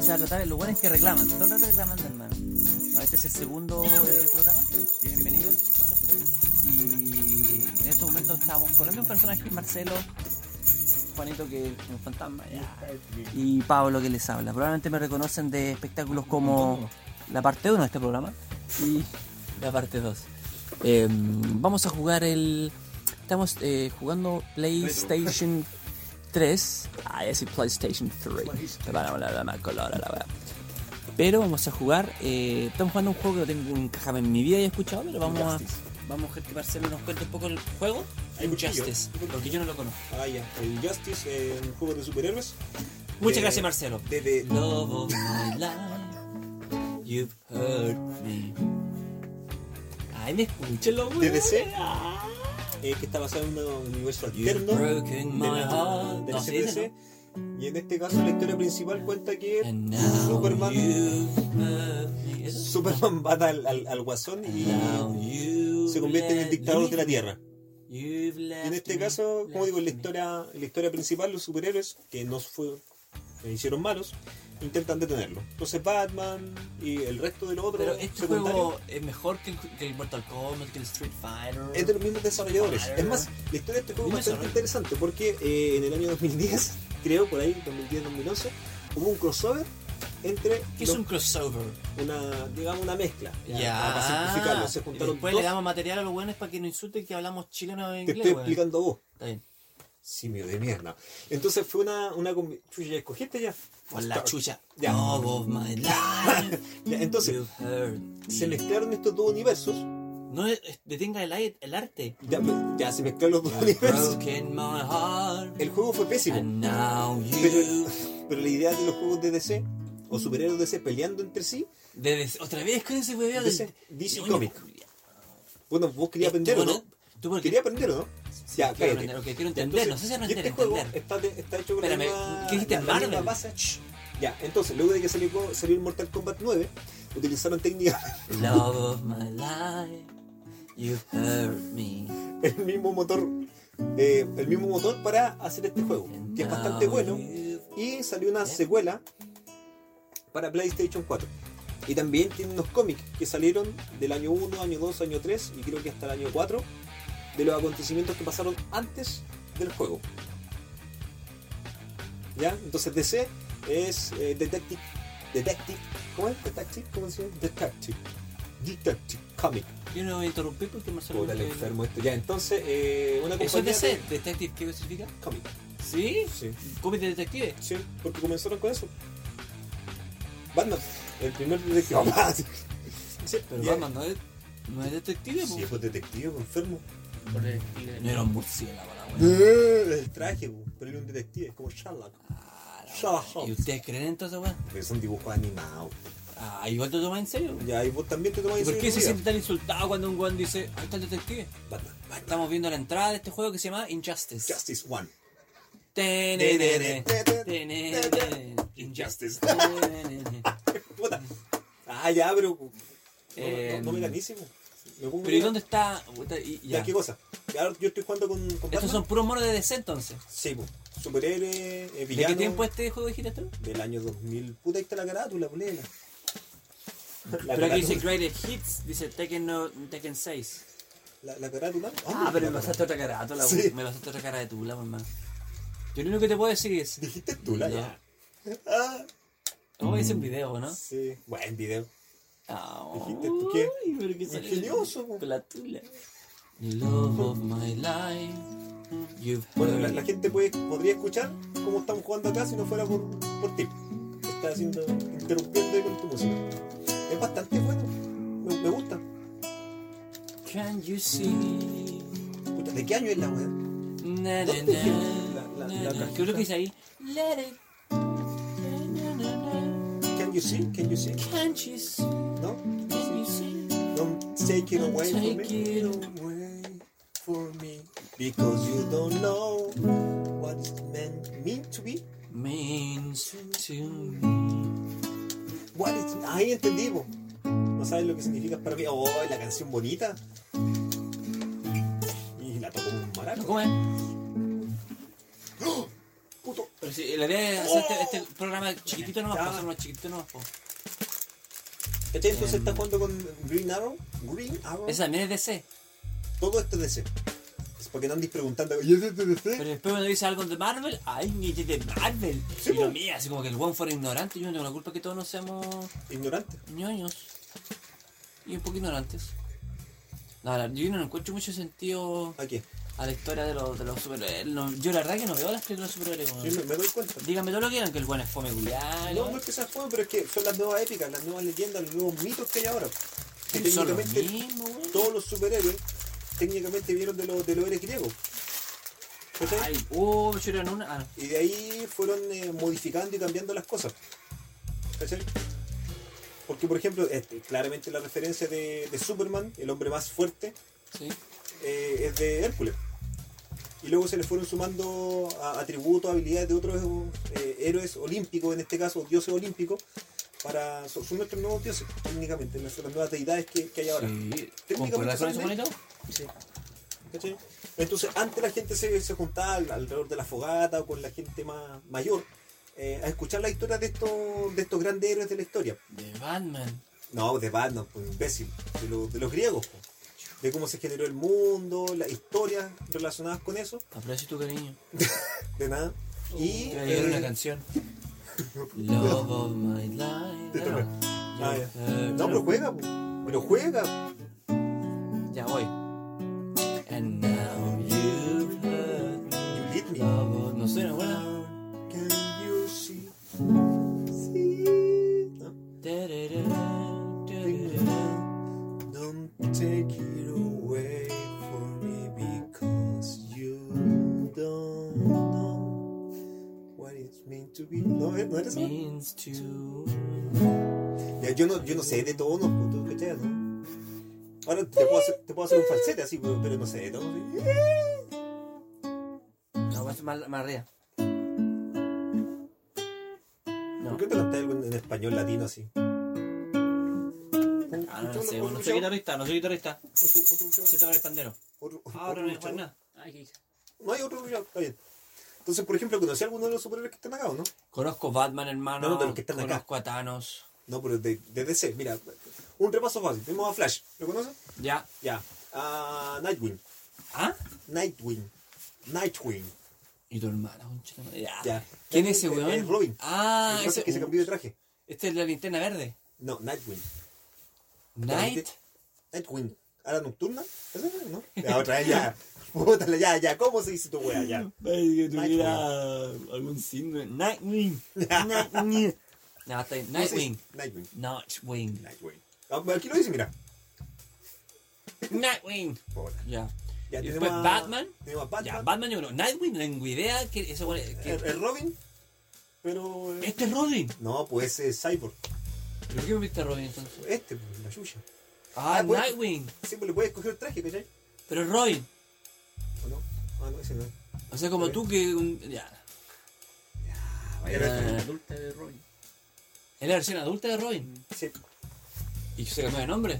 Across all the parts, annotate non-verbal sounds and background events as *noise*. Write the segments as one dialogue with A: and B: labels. A: sea, tratar los buenos que reclaman, todo el rato reclamando, hermano. No, este es el segundo eh, programa, bienvenidos. Y en estos momentos estamos con el mismo personaje, Marcelo, Juanito que es un fantasma, ya, y Pablo que les habla. Probablemente me reconocen de espectáculos como la parte 1 de este programa y la parte 2. Eh, vamos a jugar el... Estamos eh, jugando PlayStation 3. Ah, es PlayStation 3. Me van a hablar de más color a la wea. Pero vamos a jugar. eh, estamos jugando un juego que no tengo un cajame en mi vida y he escuchado, pero vamos a.
B: Injustice.
A: Vamos a ver que Marcelo nos cuente un poco el juego.
C: Hay cuchillo.
A: Injustice, porque yo no lo conozco.
C: Ah, ya. El Justice, eh, un juego de superhéroes.
A: Muchas
C: Eh,
A: gracias, Marcelo.
C: Desde.
A: Love of my life, you've hurt me. Ay, me escuchan los
C: ¿De
A: huevones.
C: DC? eh, que está basado en un universo
A: You've
C: alterno de
A: broken my
C: la,
A: heart.
C: de
A: No,
C: la
A: sí, ese
C: CPC.
A: no.
C: Y en este caso, la historia principal cuenta que
A: And now
C: Superman.
A: you've hurt me. Eso.
C: Superman *laughs* mata al, al- al guasón y
A: Now you
C: se convierte en el
A: let
C: dictador de la
A: me.
C: Tierra.
A: You've left
C: Y en este
A: me,
C: caso, como
A: left
C: digo, en la
A: me.
C: historia, en la historia principal, los superhéroes que nos fue, que hicieron malos, intentan detenerlo. Entonces, Batman y el resto de los otros
A: Pero este
C: secundarios-
A: juego es mejor que el, que el Mortal Kombat, que el Street Fighter.
C: es de los mismos desarrolladores. Es más, la historia de este juego es
A: Dime
C: bastante
A: eso, ¿no?
C: interesante porque eh, en el año 2010, *laughs* creo por ahí, 2010-2011, hubo un crossover entre
A: ¿Qué es
C: los-
A: un crossover?
C: una, digamos, una mezcla.
A: Ya.
C: Para, para simplificarlo, se
A: Y
C: juntaron
A: Después
C: dos.
A: le damos material a los buenos para que no insulten que hablamos chileno e
C: Te
A: inglés.
C: estoy
A: weón.
C: explicando a vos,
A: Está bien.
C: simio de mierda. Entonces fue una, una combi- Chucha, ¿ya escogiste ya?
A: Con la
C: Start.
A: chucha.
C: Ya.
A: Love of my life.
C: *laughs* Ya, entonces,
A: you've hurt me.
C: se mezclaron estos dos universos.
A: No eh, detenga el, aire- el arte.
C: Ya, me- ya, se mezclaron los dos universos.
A: Broken my heart.
C: El juego fue pésimo.
A: And now
C: Pero,
A: you.
C: pero la idea de los juegos de DC o superhéroes de DC peleando entre sí
A: De, de- otra vez con ese hueveo
C: DC,
A: del-
C: DC
A: Coño,
C: Comic.
A: Julia.
C: Bueno, vos querías
A: Tú,
C: aprender, ¿o
A: bueno,
C: ¿no?
A: Tú porque
C: Quería aprender, ¿o ¿no?
A: quiero
C: Ya, cállate.
A: aprender, ok, quiero entender, no sé si
C: y
A: aprender,
C: este juego
A: entender.
C: está, de- está hecho con
A: Espérame,
C: la misma,
A: ¿qué dijiste,
C: la- la misma
A: Marvel?
C: base. Shh. Ya, entonces, luego de que salió, salió el Mortal Kombat 9, utilizaron técnicamente
A: Love of my life, you hurt me.
C: *laughs* el mismo motor, eh, el mismo motor para hacer este juego,
A: and
C: que es bastante
A: now
C: bueno.
A: you-
C: Y salió una secuela para PlayStation 4. Y también tiene unos cómics que salieron del año 1, año 2, año 3 y creo que hasta el año 4 de los acontecimientos que pasaron antes del juego. ¿Ya? Entonces DC es eh, Detective. Detective. ¿Cómo es? Detective. ¿Cómo se llama? Detective. Detective Comic.
A: Yo no voy a interrumpir porque Marcelo...
C: Puta, le
A: me-
C: enfermo esto. Ya, entonces, eh, una
A: Eso es
C: compañía.
A: DC, Detective, ¿qué significa?
C: de Comic.
A: ¿Sí?
C: Sí.
A: ¿Cómic de detective?
C: Sí, porque comenzaron con eso. Batman, el primer detective. *laughs* sí,
A: Pero
C: ya.
A: Batman no es, no es detective,
C: Sí, fue detective, fue enfermo.
A: po. No era un murciélago la wea.
C: El traje, po, pero era un detective, es como Sherlock.
A: Ah, la
C: Sherlock
A: wea. ¿Y
C: Holmes.
A: ustedes creen en toda esa wea?
C: Pero son dibujos animados.
A: Ah, igual te tomas en serio.
C: Ya, y vos también te tomás
A: ¿Y
C: en
A: por qué
C: serio
A: se
C: tu
A: siente
C: vida.
A: tan insultado cuando un guan dice, ahí está el detective?
C: Batman, Batman,
A: Estamos viendo la entrada de este juego que se llama Injustice.
C: Justice One. *laughs*
A: Tenenene, tenenene,
C: Injustice.
A: tenenene.
C: Puta. Ah, ya, pero. no- No,
A: Eh,
C: no me ganísimo. Me pongo
A: Pero ¿y
C: ya.
A: dónde está? Puta, y-
C: Ya,
A: ya.
C: ¿qué cosa? Ya, yo estoy jugando con, con Batman.
A: Estos son puros monos de DC entonces.
C: Sí, po, superhéroes, eh,
A: ¿De qué
C: villanos.
A: tiempo este juego dijiste tú?
C: del año 2000. Puta, ahí está la carátula, polela. La,
A: Pero aquí dice
C: carátula,
A: Greatest Hits, dice Tekken, no, Tekken 6.
C: la, la carátula.
A: Ah, pero me
C: la
A: pasaste otra cara de tula,
C: Sí.
A: me pasaste otra cara de tula, mamá. Yo lo único que te puedo decir es...
C: Dijiste tú, la
A: No.
C: ya. Ah,
A: Oh, hice un video, ¿no?
C: *laughs* sí. Buen video.
A: Ah,
C: Dijiste tú qué.
A: uy, pero que sale
C: Ingenioso, po.
A: con la tula. Love of my life, you've
C: Bueno,
A: hurt
C: la, la gente puede, podría escuchar cómo estamos jugando acá si no fuera por, por ti. Está haciendo, interrumpiendo con tu música. Es bastante bueno. Me, me gusta.
A: Can you see?
C: Puta, ¿De qué año es la
A: Na,
C: weá?
A: na,
C: ¿Dónde
A: na,
C: tiene la- la-
A: na,
C: la
A: na.
C: cajita?
A: ¿Qué es lo que dice ahí? Let it. na, na, na, na.
C: Can you see? Can you see?
A: Can't you see?
C: No?
A: Can you see?
C: Don't take it away from me.
A: Take it
C: away for me. Because you don't know what it meant, mean to be.
A: Means to me.
C: What it, ahí entendí, po. No sabes lo que significa para mí. Oh, la canción bonita. Y la tocó un maraco.
A: ¿Cómo es?
C: puto.
A: Pero si la idea es hacer este, este programa chiquitito nomás,
C: Ya.
A: pues, hacer unos chiquititos nomás. pues.
C: ¿Cachai? Entonces
A: Em.
C: está jugando con Green Arrow. Green Arrow.
A: Esa también es DC.
C: Todo esto es DC. Es porque andís preguntando. ¿Y es de DC?
A: Pero después cuando dice algo de Marvel, ay, ni es de Marvel.
C: Sí,
A: y lo
C: pues.
A: mía, así como que el one fuera ignorante. Yo no tengo la culpa que todos no seamos
C: Ignorante.
A: ñoños y un poco ignorantes. No, la- yo no le encuentro mucho sentido
C: ¿A qué?
A: a la historia de los, de los superhéroes. No, yo la verdad que no veo las películas de superhéroes. weón.
C: Yo me, me doy cuenta.
A: Díganme todo lo que quieran, que el buen es fome culiao,
C: Ah, No, no es que sea juego, pero es que son las nuevas épicas, las nuevas leyendas, los nuevos mitos que hay ahora. Que
A: Son los
C: técnicamente
A: mismos, weón.
C: todos los superhéroes técnicamente vinieron de los de los héroes griegos. ¿Cachai?
A: Ay, oh, yo era en una. Ah, no.
C: Y de ahí fueron eh, modificando y cambiando las cosas. ¿Cachai? Porque, por ejemplo, este, claramente la referencia de, de Superman, el hombre más fuerte,
A: Sí.
C: eh, es de Hércules. Y luego se le fueron sumando a- atributos, habilidades de otros eh, héroes olímpicos, en este caso dioses olímpicos, para, son, son nuestros nuevos dioses, técnicamente, nuestras nuevas deidades que, que hay ahora.
A: Sí. ¿Concordás con eso, bonito?
C: Sí. ¿Cachai? Entonces, antes la gente se, se juntaba al- alrededor de la fogata o con la gente más mayor eh, a escuchar las historias de estos, de estos grandes héroes de la historia.
A: De Batman.
C: No, de Batman, pues imbécil, de, lo- de los griegos, pues. de cómo se generó el mundo, las historias relacionadas con eso,
A: Aprecio tu cariño.
C: de nada. Y
A: Quiero llegar a
C: eh,
A: una canción. Love of my life.
C: Te tomé. Ah, ya.
A: Eh,
C: No, pero juega, pues. pero juega.
A: Ya voy. And now you've heard
C: You hit me.
A: love of- No sé, no buena.
C: Can you see? See? ¿No?
A: Tereré, tereré.
C: Don't take it away from me because you don't know what it means to be. No, ¿eh? no eres ¿no?
A: Means to
C: Ya, yo no, yo no sé de todos los puntos, ¿cachai? ¿no? Ahora te puedo, hacer, te puedo hacer un falsete así, pero, pero no sé de todos. ¿sí?
A: No, vas más, más arriba. No,
C: ¿Por qué te cantas algo en, en español latino así?
A: ah, no, no sé, no soy guitarrista, no soy guitarrista. Se toca el pandero.
C: Otro- otro-
A: Ah, Ahora no voy a jugar
C: otro-
A: nada. Ay, qué hice.
C: No hay otro ruido, está bien. Entonces, por ejemplo, conocí a alguno de los superhéroes que están acá, ¿o no?
A: Conozco Batman, hermano.
C: No, de los que están acá.
A: Conozco a Thanos.
C: No, pero de, de DC, mira, un repaso fácil. Tenemos a Flash, ¿lo conoces?
A: Ya.
C: Ya. A Nightwing.
A: ¿Ah?
C: Nightwing. Nightwing.
A: Y tu hermana, conchita madre. Ya.
C: Ya.
A: Ah, ¿Quién es ese
C: El-
A: weón?
C: el Robin.
A: Ah,
C: ¿El
A: ese.
C: que se cambió de traje.
A: Este es la linterna verde.
C: No, Nightwing.
A: Night.
C: Nightwing. ¿A la nocturna? ¿Esa era, no? Ya, otra vez, ya. *laughs* Pútala, ya, ya. ¿Cómo se dice tu wea, ya?
A: Ay, que
C: tuviera
A: algún síndrome. Nightwing. *laughs* Nightwing. no, está bien.
C: ¿Cómo se
A: Nightwing.
C: dice? Nightwing.
A: Nightwing.
C: Nightwing. Ah, Aquí lo dice, mira.
A: Nightwing.
C: Hola.
A: Ya.
C: Ya
A: Y
C: tenemos
A: después
C: a-
A: Batman.
C: Tenemos a
A: Ya,
C: Batman.
A: Batman yo creo. Nightwing, no tengo idea que ese weón es- que-
C: El, el Robin. Pero... eh,
A: Este es Robin.
C: No, pues es Cyborg.
A: ¿Pero por qué me viste Robin entonces?
C: Este, pues, la suya.
A: Ah,
C: Ah, bueno.
A: Nightwing.
C: Siempre le puedes escoger el traje, ¿cachai?
A: Pero es Robin.
C: ¿O no? Ah, no, ese no.
A: O sea, como
C: Ok.
A: tú que. un- Ya.
C: Era
A: Era
C: este.
A: la adulta de Robin. Es la versión adulta de Robin.
C: Sí.
A: Y se cambió de nombre.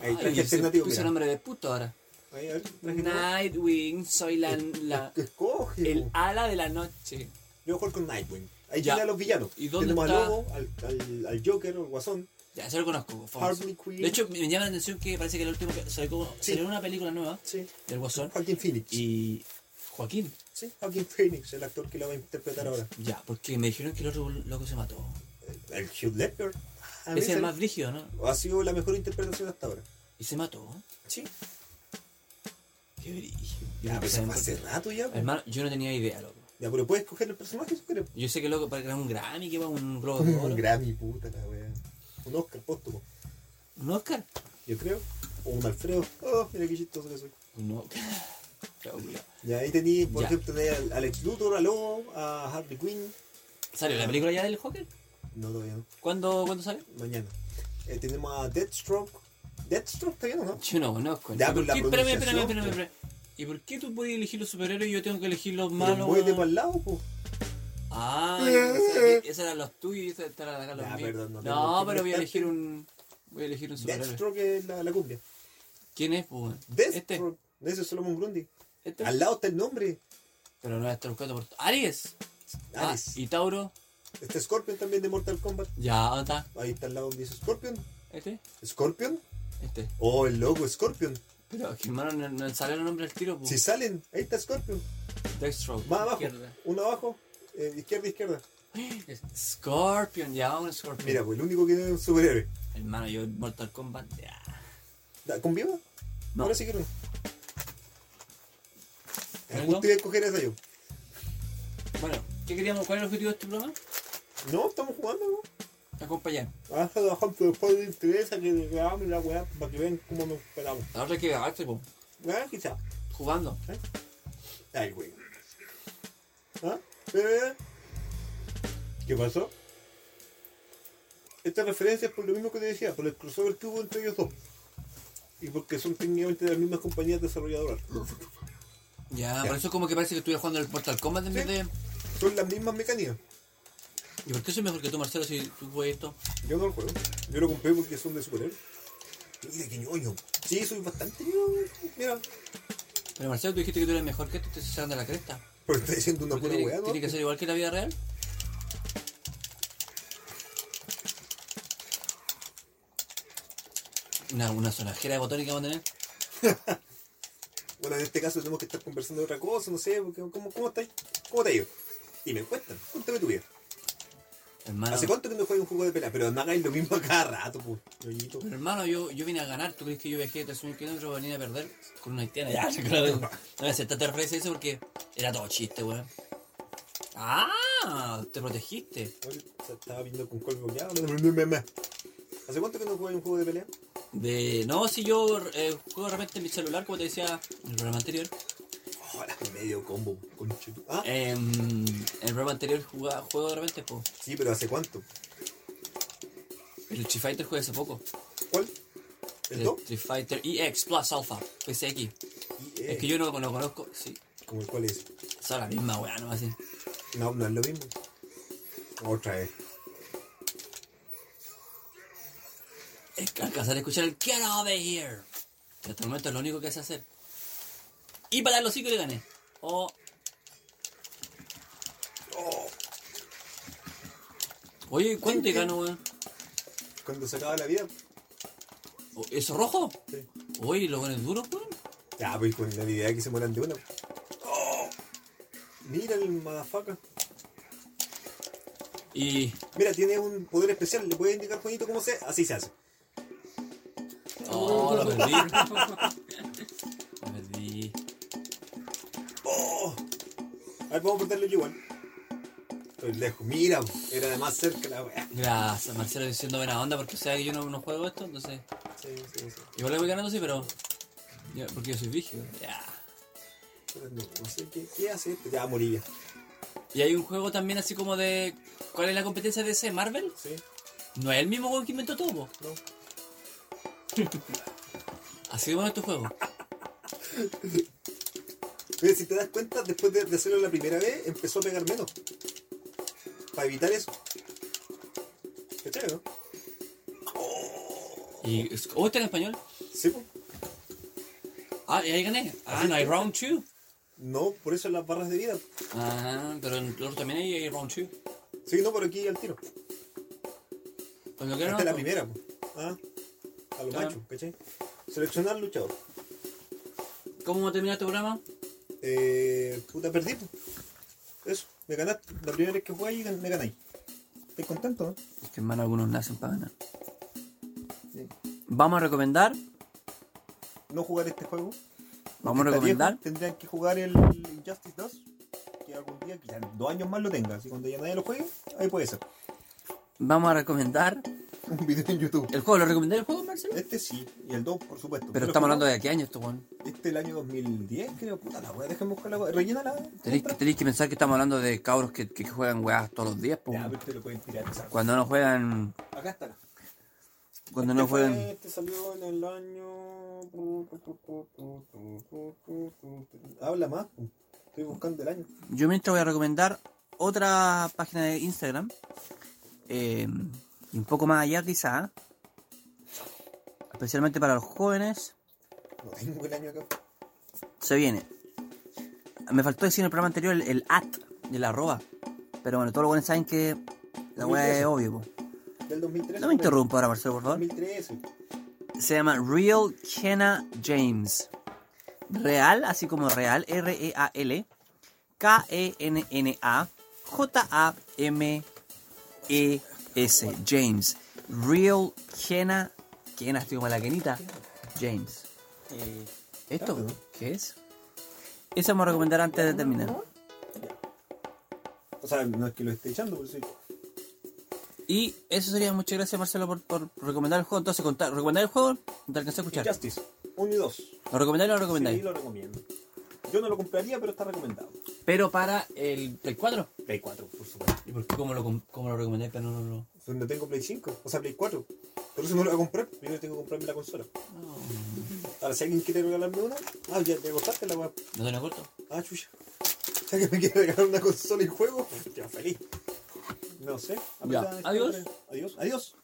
C: Ahí, traje
A: y se
C: alternativo,
A: Puso
C: mira.
A: nombre de puto ahora.
C: Ahí, a ver, traje nuevo.
A: Nightwing, soy la, la
C: Que escoge.
A: el
C: po.
A: ala de la noche.
C: Yo voy a jugar con Nightwing. Ahí
A: Ya.
C: tiene a los villanos.
A: ¿Y dónde
C: Tenemos
A: está?
C: al Lobo, al, al, al Joker, al Guasón,
A: Ya, eso lo conozco. famoso.
C: Harley Quinn.
A: De hecho, me llama la atención que parece que el último que salió,
C: Sí.
A: salió una película nueva
C: sí.
A: del Guasón
C: Joaquin Phoenix.
A: y Joaquín.
C: Sí, Joaquin Phoenix, el actor que la va a interpretar ahora.
A: Ya, porque me dijeron que el otro loco se mató.
C: El Hugh Ledger. Ah, A mí
A: Ese es
C: se-
A: el más brígido, ¿no?
C: Ha sido la mejor interpretación hasta ahora.
A: Y se mató.
C: Sí.
A: Qué brígido.
C: Ya, Ah, pero
A: Yo
C: eso
A: no
C: fue hace
A: sé,
C: rato ya. po.
A: Hermano, yo no tenía idea, loco.
C: Ya, pero puedes escoger el personaje si quieres.
A: Yo sé que loco para crear un Grammy, que va un globo de
C: Un
A: oro.
C: Grammy, puta la wea. Un Oscar póstumo,
A: ¿Un Oscar?
C: yo creo. O un Alfredo. Oh, mira qué chistoso que soy.
A: Un Oscar. Chao, culiao.
C: Ya, ahí tení, por
A: Ya.
C: ejemplo, tenés al Alex Luthor, a Lobo, a Harley Quinn.
A: ¿Salió la película ya del Joker?
C: No, todavía no.
A: ¿Cuándo, ¿cuándo sale?
C: Mañana. Eh, tenemos a Deathstroke. Deathstroke está bien, o ¿no?
A: Yo no conozco.
C: Ya,
A: ¿Y por qué?
C: pero la
A: Espérame, espérame,
C: pronunciación,
A: espérame, espérame. ¿Y por qué tú puedes elegir los superhéroes y yo tengo que elegir los
C: Pero
A: malos?
C: muévete
A: weón?
C: para el lado, po.
A: Ah,
C: *laughs*
A: esos eran los tuyos y esos eran acá los
C: Ya,
A: míos.
C: perdón, no tengo
A: no,
C: que
A: pero voy a
C: molestarte.
A: elegir un. Voy a elegir un superhéroe. Este.
C: Deathstroke es la, la cumbia.
A: ¿Quién es, pues? weón? Este.
C: Deathstroke. Ese es Solomon Grundy.
A: Este.
C: Al lado está el nombre.
A: Pero no está buscando por. ¡Aries! Ah,
C: Ares.
A: y Tauro.
C: Está Este Scorpion también de Mortal Kombat.
A: Ya, ¿dónde está?
C: Ahí está al lado donde dice Scorpion.
A: Este.
C: ¿Scorpion?
A: Este.
C: Oh, el logo Scorpion.
A: Pero es que hermano no, no sale el nombre del tiro, pues.
C: Si salen, ahí está Scorpion.
A: Deathstroke.
C: Más abajo.
A: Izquierda.
C: Uno abajo. eh, izquierda, izquierda.
A: Es- Scorpion, ya vamos Scorpion.
C: Mira, pues el único que es un superhéroe.
A: Hermano, yo Mortal Kombat. Ya.
C: Da- ¿Con viva?
A: No.
C: Ahora sí quiero.
A: ¿Tengo?
C: Justo iba a escoger esa yo.
A: Bueno, ¿qué queríamos? ¿Cuál es el objetivo de este programa?
C: No, estamos jugando, ¿no?
A: Acompañar.
C: Ah, *laughs* trabajar por después de interesa que le hagamos la weá para que vean cómo nos esperamos.
A: La otra es que grabaste, pues.
C: Ah, quizá.
A: Jugando.
C: Ay, güey. ¿Ah? ¿Eh? ¿Qué pasó? Esta referencia es por lo mismo que te decía, por el crossover que hubo entre ellos dos. Y porque son técnicamente las mismas compañías desarrolladoras.
A: Ya,
C: Ya.
A: por eso como que parece que estuviera jugando el Mortal Kombat en vez
C: Sí.
A: de.
C: Son las mismas mecánicas.
A: ¿Y por qué soy mejor que tú, Marcelo, si tú juegas esto?
C: Yo no lo juego. Yo lo compré porque son de superhéroes. Mira qué ñoño. Sí, soy bastante ñoño. Mira.
A: Pero Marcelo, tú dijiste que tú eres mejor que esto, te estás sacando la cresta.
C: Pero está diciendo una
A: Porque
C: buena
A: tiene,
C: weá, ¿no?
A: tiene que ser igual que la vida real. Una, una sonajera botónica vamos a tener.
C: Bueno, en este caso tenemos que estar conversando de otra cosa, no sé, porque ¿cómo, cómo estáis? ¿Cómo te ha ido? Y me cuentan, cuéntame tu vida.
A: Hermano,
C: ¿Hace cuánto que no juegas un juego de pelea? Pero no hagáis lo mismo a cada rato, pues, ñoñito.
A: pero hermano, yo, yo vine a ganar. ¿Tú crees que yo viajé de 3.000 kilómetros para venir a perder con una haitiana? *laughs* Ya, claro. No voy a aceptar te referencia a eso porque era todo chiste, weón. ¡Ah! Te protegiste.
C: Se Estaba viendo con colmo ya. no, no, no, no. ¿Hace cuánto que no juegas un juego de pelea?
A: De... No, si yo eh, juego realmente en mi celular, como te decía en el programa anterior.
C: Ahora con Oh, medio combo, conche. tu- Ah,
A: Em, en el programa anterior jugaba, juego de repente, po.
C: sí, pero ¿hace cuánto?
A: El Street Fighter jugué hace poco.
C: ¿Cuál? ¿El E 2?
A: Street Fighter EX Plus Alpha, PSX. Es que yo no lo conozco, sí.
C: eh, ¿Cómo el cuál es?
A: Son la misma weá, no así.
C: No, no es lo mismo. Otra vez.
A: Es que alcanzar a escuchar el Get Over Here. Que hasta el momento es lo único que sé hacer. Y para dar los 5 le gané. O.
C: Oh,
A: Oye, ¿cuánto
C: Sí, sí.
A: gano, weón?
C: cuando se acaba la vida.
A: O- Oh, ¿Eso rojo?
C: Sí.
A: Oye, lo pones duro, weón.
C: Ya, pues con la idea de que se mueran de una. Oh, mira el madafaca.
A: Y.
C: Mira, tiene un poder especial. ¿Le puedes indicar, Juanito, cómo se Así se hace.
A: Oh, lo
C: *laughs*
A: perdí. lo perdí.
C: Oh. A ver, vamos a portarlo yo igual. Estoy lejos. Mira, era de más cerca la weá.
A: Gracias, Marcelo, diciendo buena onda porque sabe que yo no, no juego esto, entonces.
C: Sí, sí, sí.
A: Igual le voy ganando, sí, pero. ya, porque yo soy vigio. Ya.
C: Pero No, no sé qué, qué hace esto. Ya moría.
A: Y hay un juego también así como de. ¿Cuál es la competencia de ese? ¿Marvel?
C: Sí,
A: No es el mismo juego que inventó todo. po.
C: no.
A: Así de bueno este juego.
C: Pero si te das cuenta, después de, de hacerlo la primera vez, empezó a pegar menos. Para evitar eso. ¿Cachai, no?
A: Y. ¿O está en español?
C: Sí, pues.
A: Ah, y ahí gané. Ah, no, hay round 2.
C: No, por eso las barras de vida.
A: Ah, pero en el otro también hay, hay round 2.
C: Sí, no, por aquí al tiro.
A: Pues lo que
C: Esta
A: no.
C: es la
A: pues,
C: primera, pues. Ah, a lo
A: Claro.
C: macho, ¿cachai? Seleccionar luchador.
A: ¿Cómo va a terminar este programa?
C: Eh, puta, perdí. po. Eso, me ganaste. La primera vez que jugué y me ganáis. ¿Estás contento, no?
A: Es que hermano, algunos nacen para ganar.
C: Sí.
A: Vamos a recomendar.
C: No jugar este juego.
A: Vamos a
C: Está viejo,
A: recomendar.
C: Tendrían que jugar el Injustice 2. Que algún día, quizás en dos años más lo tenga. Así cuando ya nadie lo juegue, ahí puede ser.
A: Vamos a recomendar.
C: Un video en YouTube.
A: ¿El juego? ¿Lo recomendé el juego, Marcelo?
C: Este sí, y el 2, por supuesto.
A: Pero estamos hablando de qué año esto, weón.
C: Este el año 2010, creo. Puta la wea, déjame buscar la wea. Rellénala.
A: Tenéis que, tenéis que pensar que estamos hablando de cabros que, que juegan weas todos los días, po.
C: Ya, a ver, te lo pueden tirar. esa wea.
A: Cuando no juegan.
C: Acá está. la-
A: Cuando no
C: Este fue-
A: juegan.
C: Este salió en el año. Habla más. po. Estoy buscando el año.
A: Yo mientras voy a recomendar otra página de Instagram. eh, y un poco más allá, quizá. Especialmente para los jóvenes.
C: No tengo el año acá.
A: Se viene. Me faltó decir en el programa anterior el, el at, el arroba. Pero bueno, todos los buenos saben que la weá es
C: 2013.
A: obvio, po.
C: Del 2013.
A: No me interrumpa ahora, Marcelo, por favor.
C: 2013.
A: Se llama Real Kenna James. Real, así como real, E R-E-A-L, E K-E-N-N-A, J-A-M-E-S, E James. Real Kenna, Kenna, estoy como la Kenita, James.
C: Eh,
A: ¿Esto qué es? Eso vamos a recomendar antes de terminar.
C: o sea, no es que lo esté echando, pero sí.
A: Y eso sería, muchas gracias Marcelo por, por recomendar el juego. Entonces, contar- recomendar el juego, te alcancé a escuchar.
C: Justice 1 y 2.
A: ¿Lo recomendáis o no lo
C: Sí,
A: recomendáis?
C: lo recomiendo. Yo no lo compraría, pero está recomendado.
A: Pero para el, el 4.
C: Play 4, por supuesto.
A: ¿Y por qué como lo, com- cómo lo recomendé, pero no lo...
C: Donde tengo Play 5, o sea, Play 4. Por eso no lo voy a comprar. Primero tengo que comprarme la consola.
A: Oh.
C: Ahora, si alguien quiere regalarme una, ah, ya te gustaste la weá.
A: ¿No te lo corto?
C: Ah, chucha. O sea, que me quiere regalar una consola y juego. Yo feliz. No sé.
A: Ya.
C: Ahorita, este,
A: Adiós.
C: Adiós. Adiós.